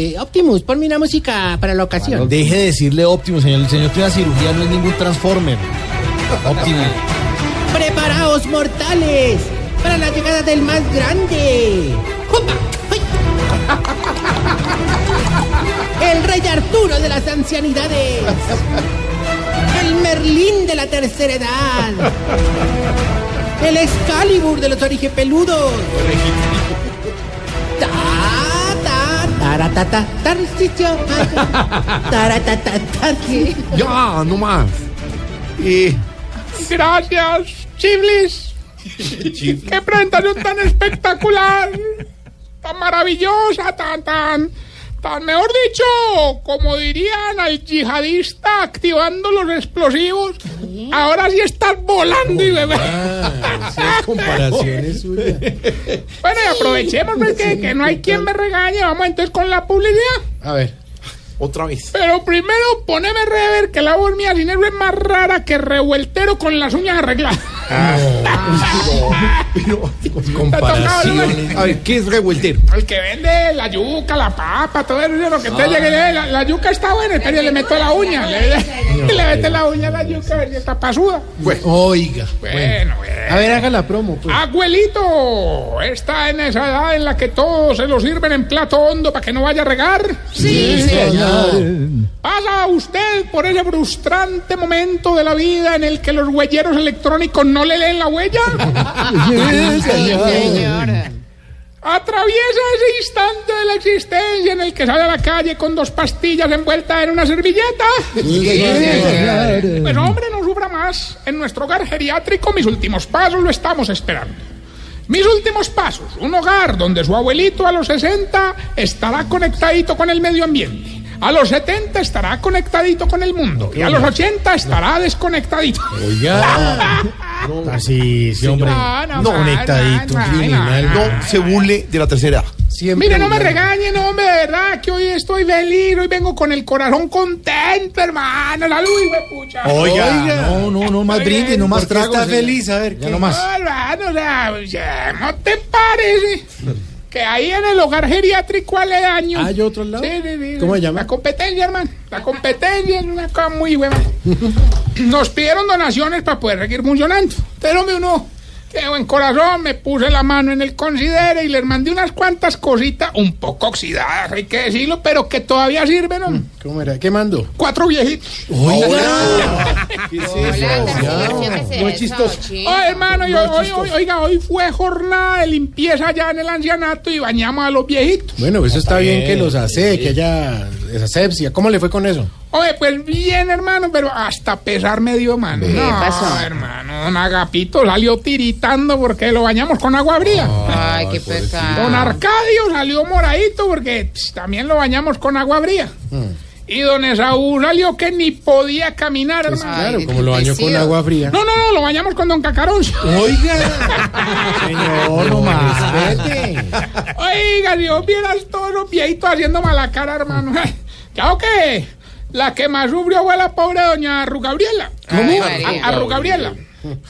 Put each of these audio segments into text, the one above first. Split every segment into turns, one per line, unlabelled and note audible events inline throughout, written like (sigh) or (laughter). Eh, Optimus, ponme una música para la ocasión.
Deje de decirle Optimus, señor. El señor tiene una cirugía, no es ningún Transformer. Optimus.
¡Preparaos, mortales! ¡Para la llegada del más grande! ¡Jupa! ¡Uy! (laughs) ¡El rey Arturo de las ancianidades! ¡El Merlín de la tercera edad! ¡El Excalibur de los origepeludos! ¡Ta, ta, tara, ta, ta, tarcisio, tara, ta, ta, tarci.
Ya, no más. Y
Gracias, Chiblis. ¡Qué presentación tan espectacular! ¡Tan maravillosa! ¡Tan, tan! ¡Tan, mejor dicho! Como dirían al yihadista activando los explosivos, ahora sí estás volando y bebé.
esas (laughs) comparaciones suyas.
Bueno, y aprovechemos pues, que, que no hay quien me regañe. Vamos entonces con la publicidad.
A ver, otra vez.
Pero primero poneme rever que la voz mía dinero es más rara que revueltero con las uñas arregladas.
Comparaciones. (laughs) A ver, ¿qué es revueltero?
El que vende la yuca, la papa, todo eso, lo que usted llegue, eh, la, la yuca está buena, pero yo le meto la uña, le, (laughs) le- le mete la uña a la yuca, a ver si está pasuda.
Oiga.
Bueno,
A
bueno.
ver, haga la promo, pues.
Abuelito, ¿está en esa edad en la que todos se lo sirven en plato hondo para que no vaya a regar?
Sí, señor.
¿Pasa usted por ese frustrante momento de la vida en el que los huelleros electrónicos no le leen la huella?
Sí, señor.
Atraviesa ese instante de la existencia en el que sale a la calle con dos pastillas envueltas en una servilleta. Pues hombre, no sufra más. En nuestro hogar geriátrico mis últimos pasos lo estamos esperando. Mis últimos pasos, un hogar donde su abuelito a los 60 estará conectadito con el medio ambiente. A los 70 estará conectadito con el mundo. Y a los 80 estará desconectadito.
Oiga. Así, Ah, sí, hombre.
No, no, no,
conectadito,
no,
un
no,
criminal.
no,
se burle de la tercera. Siempre.
Mire, no me
burlando.
regañen, hombre, de verdad, que hoy estoy feliz, hoy vengo con el corazón contento, hermano. Salud, pucha.
Oiga, no, no, no más brindis, no más
¿Por qué
tragos.
está
señor?
feliz? A ver,
ya
¿qué?
no más.
Hermano, o sea, o sea, ¿no te parece que ahí en el hogar geriátrico aledaño?
Ah, ¿Hay otro lado?
Sí, sí, sí.
¿Cómo se llama?
La competencia, hermano. La competencia es una cosa muy buena.
(laughs)
Nos pidieron donaciones para poder seguir funcionando. Pero me uno, que buen corazón, me puse la mano en el considere y les mandé unas cuantas cositas un poco oxidadas, hay que decirlo, pero que todavía sirven, ¿no?
¿Cómo era? ¿Qué mandó?
Cuatro viejitos.
Muy chistoso.
Oh, hermano, y hoy- hoy- hoy- oiga, hoy fue jornada de limpieza allá en el ancianato y bañamos a los viejitos.
Bueno, pues eso está bien que los hace, que haya esa asepsia. ¿Cómo le fue con eso?
Oye, pues bien, hermano, pero hasta pesar me dio, mano. ¿Qué pasó? hermano, un agapito salió tiritando porque lo bañamos con agua fría.
Ay, qué pecado.
Don Arcadio salió moradito porque pss, también lo bañamos con agua fría. Y don Esaú salió que ni podía caminar,
Pues
hermano.
claro,
qué
como lo bañó con
enloquecido.
agua fría.
No, no, no, lo bañamos con don Cacarón.
Oiga, señor, no más.
Oiga, Dios, vieras todos los viejitos haciendo mala cara, hermano. Claro que la que más sufrió fue la pobre doña Rugabriela.
Ah,
Ay,
A,
María.
a Rugabriela.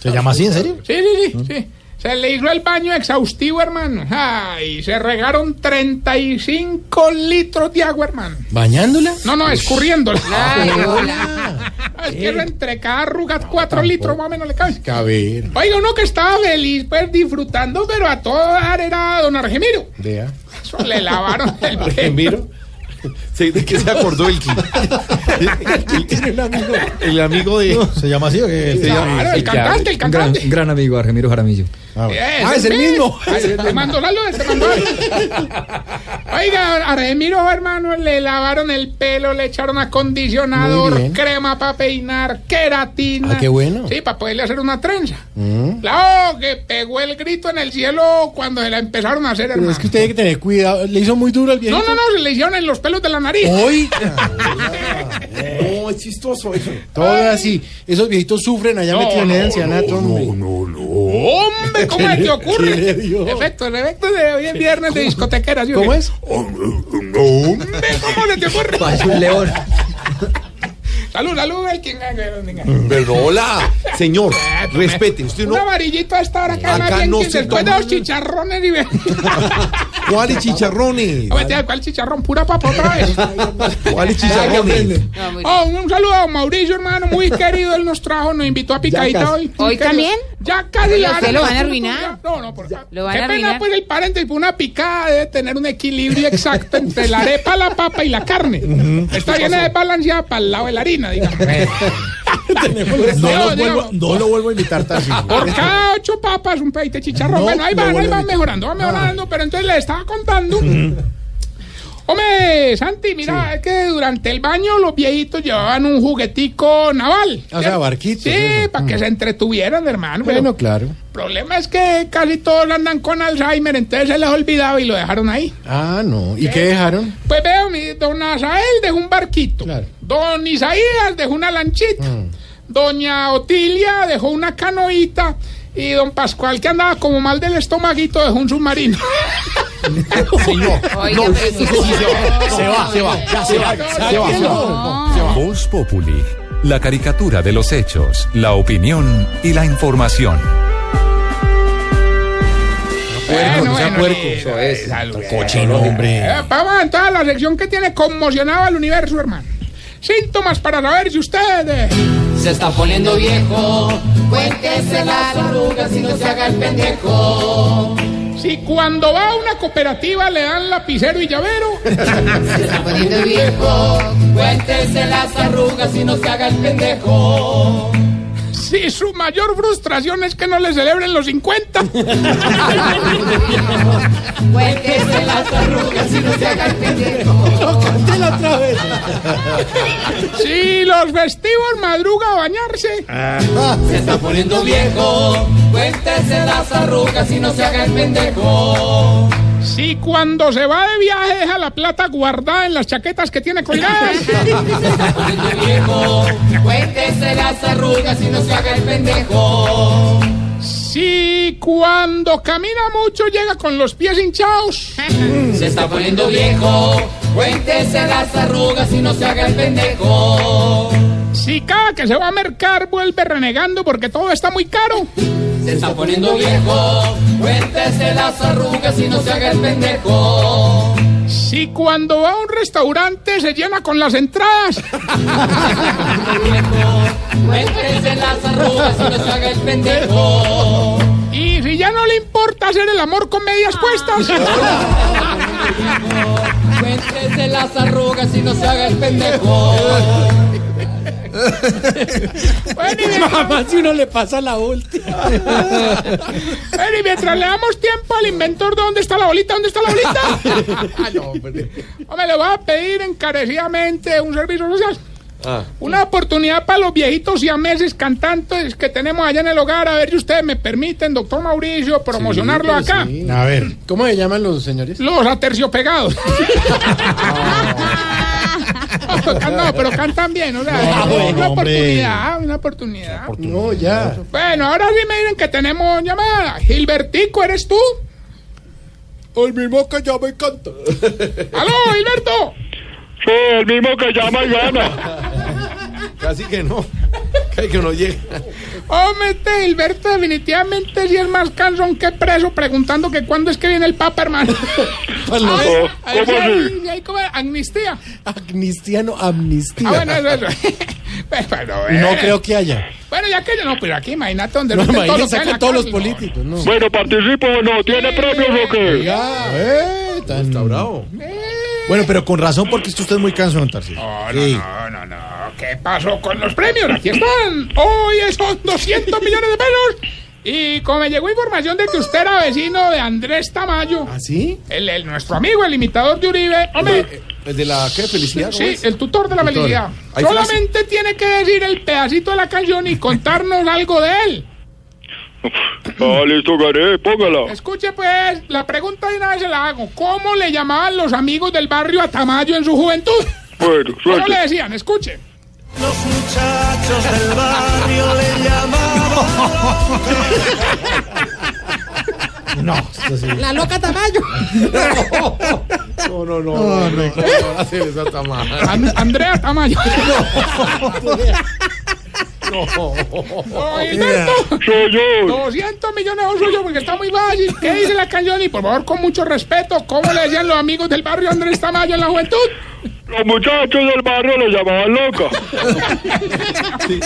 ¿Se llama así, en serio?
Sí, sí, sí, sí. Se le hizo el baño exhaustivo, hermano. Ay, se regaron 35 litros de agua, hermano.
¿Bañándola?
No, no, escurriéndola.
Ah,
Ay, hola.
(laughs) Es que entre cada arruga 4 litros más o menos le caben.
Caber.
Oiga, uno que estaba feliz, pues disfrutando, pero a todo dar era don Argemiro.
Vea.
Eso le lavaron el pelo.
Miro. ¿De qué se acordó el
Tiene un amigo.
El amigo de.
¿Se llama así o qué?
Claro, el cantante, el cantante.
gran amigo, Argemiro Jaramillo.
Ah, bueno.
Eh,
Ah, es el
sí.
mismo.
(laughs) Ay, Te mando saludos, te mando saludos. Oiga, a Remiro, hermano, le lavaron el pelo, le echaron
Muy
acondicionador,
bien.
crema para peinar, queratina.
Ah, qué bueno. Mm.
Sí, para poderle hacer una trenza. Claro, que pegó el grito en el cielo cuando se la empezaron a hacer,
Pero
hermano.
es que usted tiene que tener cuidado. Le hizo muy duro el viejito.
No, no, no, se le hicieron en los pelos de la nariz.
Hoy,
No, es chistoso eso.
todo es así. Esos viejitos sufren allá
No,
metidos en el
no,
ancianato, hombre.
¡Hombre! ¿Cómo se te ocurre?
(laughs) ¿Qué le dio?
Efecto, el efecto de hoy en viernes de discotequera. ¿sí o qué?
¿Cómo es?
¡Hombre! ¿Cómo se te ocurre?
un león.
Salud, salud, el quien gane, el quien gane.
Pero hola, señor, respete. Usted no.
Una varillita a esta hora que
Acá
más bien
no
quien
se
después de
toma-
los chicharrones y
(laughs)
ve.
¿Cuáles chicharrones?
No, mentira, ¿cuál chicharrón? Pura papa otra vez.
¿Cuáles chicharrones?
No, muy-
Oh, un saludo a Mauricio, hermano,
(laughs)
muy querido. Él nos trajo, nos invitó a picadita hoy. Muy
¿Hoy
querido.
también?
Ya casi
Pero
ya.
usted lo
no,
van a
no,
arruinar.
No, no, por favor.
Lo van
Qué
a
pena,
arruinar.
pues el paréntesis. Una picada debe tener un equilibrio exacto entre la arepa, la papa y la carne. Está bien desbalanceada para el lado de la harina, digamos. (laughs)
No,
Dios,
lo vuelvo,
Dios.
no lo vuelvo a invitar, Tarcisio.
Por cada ocho papas, un pedite de chicharrón.
No,
bueno, ahí
lo
van, ahí
vuelvo a
van
invitar.
mejorando, van
Ah.
mejorando. Pero entonces le estaba contando. Hombre, Santi, mira, es que durante el baño los viejitos llevaban un juguetico naval.
Ah, o sea,
¿cierto?
barquitos,
Sí,
eso.
para que se entretuvieran, hermano. pero
Bueno, claro.
el problema es que casi todos andan con Alzheimer, entonces se les olvidaba y lo dejaron ahí.
Ah, no. ¿Y qué dejaron?
Pues veo, mi don Azael dejó un barquito.
Claro. Mm.
Don Isaías dejó una lanchita. Doña Otilia dejó una canoita. Y don Pascual, que andaba como mal del estomaguito, dejó un submarino.
Oiga, pero qué-
Se va, se va. Ya se va. Se va, se va.
Voz Populi, la caricatura de los hechos, la opinión y la información.
Bueno,
no sea
bueno,
puerco.
mira,
Eso es.
salud.
Cochino, hombre.
Eh, Vamos a entrar a la sección que tiene conmocionado al universo, hermano. Síntomas para saber si ustedes.
Se está poniendo viejo.
Cuéntese las arrugas y no se haga el pendejo.
Si cuando va a una cooperativa le dan lapicero y
(laughs)
llavero.
Se está poniendo viejo. Cuéntese las arrugas y no se haga el pendejo.
Si su mayor frustración es que no le celebren los 50.
Cuéntese las arrugas y no se haga el pendejo.
Cántela otra vez.
Si los festivos madruga a bañarse.
Se está poniendo viejo. Cuéntese las arrugas y no se haga el pendejo.
Si cuando se va de viaje deja la plata guardada en las chaquetas que tiene
(laughs)
colgadas.
Viejo. Cuéntese las arrugas y no se haga el pendejo.
Si cuando camina mucho llega con los pies hinchados.
Se está poniendo viejo. Cuéntese las arrugas y no se haga el pendejo.
Si cada que se va a mercar vuelve renegando porque todo está muy caro.
Se está poniendo viejo. Cuéntese las arrugas y no se haga el pendejo.
Si cuando va a un restaurante se llena con las entradas.
Cuéntese las arrugas y no se haga el pendejo.
Y si ya no le importa hacer el amor con medias puestas.
Cuéntese las arrugas y no se haga el pendejo.
(laughs)
Bueno, y bien-
Jamás si uno le pasa la última.
(laughs) Pero y mientras le damos tiempo al inventor de dónde está la bolita, ¿dónde está
(laughs)
la bolita? Ah, Hombre, le voy a pedir encarecidamente un servicio social. Una oportunidad para los viejitos y a meses cantantes que tenemos allá en el hogar. A ver si ustedes me permiten, doctor Mauricio, promocionarlo acá.
A ver. ¿Cómo se llaman los señores?
Los aterciopegados. (laughs) no, pero cantan bien. O sea, una
hombre.
oportunidad, una oportunidad.
No, ya.
Bueno, ahora sí me dicen que tenemos llamada. Gilbertico, ¿eres tú?
El mismo que ya me canta.
¡Aló, Gilberto!
Sí, el mismo que llama y gana.
Casi que no. Casi que no llega.
Hombre, este Gilberto definitivamente sí es más cansón que preso preguntando que cuándo es que viene el Papa, hermano.
¿Cómo,
Ahí sí
cómo
hay-
así?
sí hay como amnistía.
Amnistía, no,
Ah,
amnistía.
bueno, eso, eso. (laughs) Pero, pero, eh.
No creo que haya.
Bueno, ya que yo no, pero aquí imagínate donde
No,
meten todo lo que
imagínense
hay en
con
la
todos los
cárcel, no.
políticos, no.
Bueno, participo o no. ¿Tiene premios o qué?
Ya, eh, tan-
Está bravo.
Eh,
Bueno, pero con razón, porque es que usted es muy cansón, Tarcisio.
No,
Sí.
no, no, no, no. ¿Qué pasó con los premios? Aquí están. Hoy son 200 millones de pesos. Y como me llegó información de que usted era vecino de Andrés Tamayo,
¿Ah, eh, sí?
el, el- nuestro amigo, el imitador de Uribe, hombre,
El de la qué felicidad. ¿cómo
sí,
es?
el tutor de la
Tutor.
felicidad.
Ahí
Solamente tiene que decir el pedacito de la canción y contarnos algo de él.
(laughs) Ah, listo, Garé, póngala.
Escuche pues, la pregunta de nada se la hago. ¿Cómo le llamaban los amigos del barrio a Tamayo en su juventud?
Bueno,
¿Cómo le
suerte.
decían? Escuche.
Los muchachos del barrio le llamaban.
No, esto sí.
La loca Tamayo.
No, no, no. No, no, no. Hacer esa tamara.
An- Andrea Tamayo.
No.
No, Gilberto.
Soy yo.
200 millones de suyos porque está muy fácil. ¿Qué dice la canción? Y por favor, con mucho respeto, ¿cómo le decían los amigos del barrio Andrés Tamayo en la juventud?
Los muchachos del barrio le llamaban loca.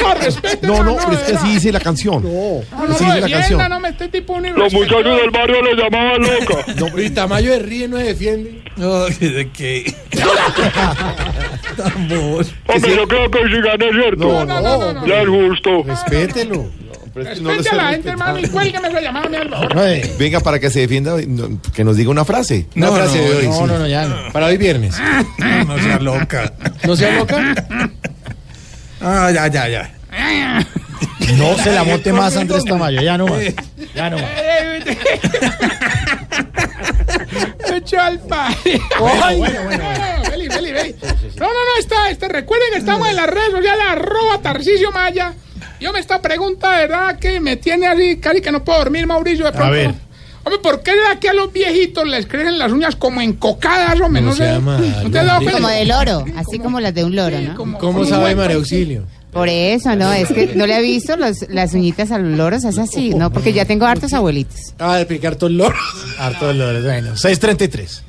No, respeto.
No, no,
hermano,
pero es que
de
así
verdad.
dice la canción. No,
No, no
así dice
lo
la
defienda,
canción.
no me esté tipo un
Los
irrespetuoso.
muchachos del barrio le llamaban loca.
(laughs) No, y Tamayo de ríe no se defiende.
No, ¿de qué?
(laughs)
Tambor.
Hombre, yo creo que si gané, ¿cierto?
No, no, no, no, no.
Ya es justo.
Respételo.
Respete a la gente, hermano, y cuélgueme esa llamada, mi alma.
Venga, para que se defienda, no, que nos diga una frase. Una
No,
frase
no,
de hoy.
No,
sí.
no, no, ya no.
Para hoy viernes.
No, no sea loca.
¿No sea loca?
Ah, ya, ya, ya.
No se la bote más, Andrés Tamayo. Ya no más. Ya no más.
(laughs) Hecho al padre. Veli, veli, veli. No, no, no, está, está. Recuerden que estamos en las redes sociales, arroba Tarcicio Maya. Yo me esta pregunta, de verdad, que me tiene así, casi que no puedo dormir, Mauricio, de pronto.
ver.
Hombre, ¿por qué era que a los viejitos les crecen las uñas como encocadas, hombre? No
¿Cómo se
sé.
llama?
¿No te has dado
Como de
cuenta?
loro, así como las de un loro, ¿no?
Como-
¿Cómo
como
sabe
buen-
María Auxilio?
Por eso, ¿no? Es que no le he visto los- las uñitas a los loros, es así, ¿no? Porque ya tengo hartos abuelitos.
Ah, de picar todo el loro.
Harto dolores. Bueno, 633.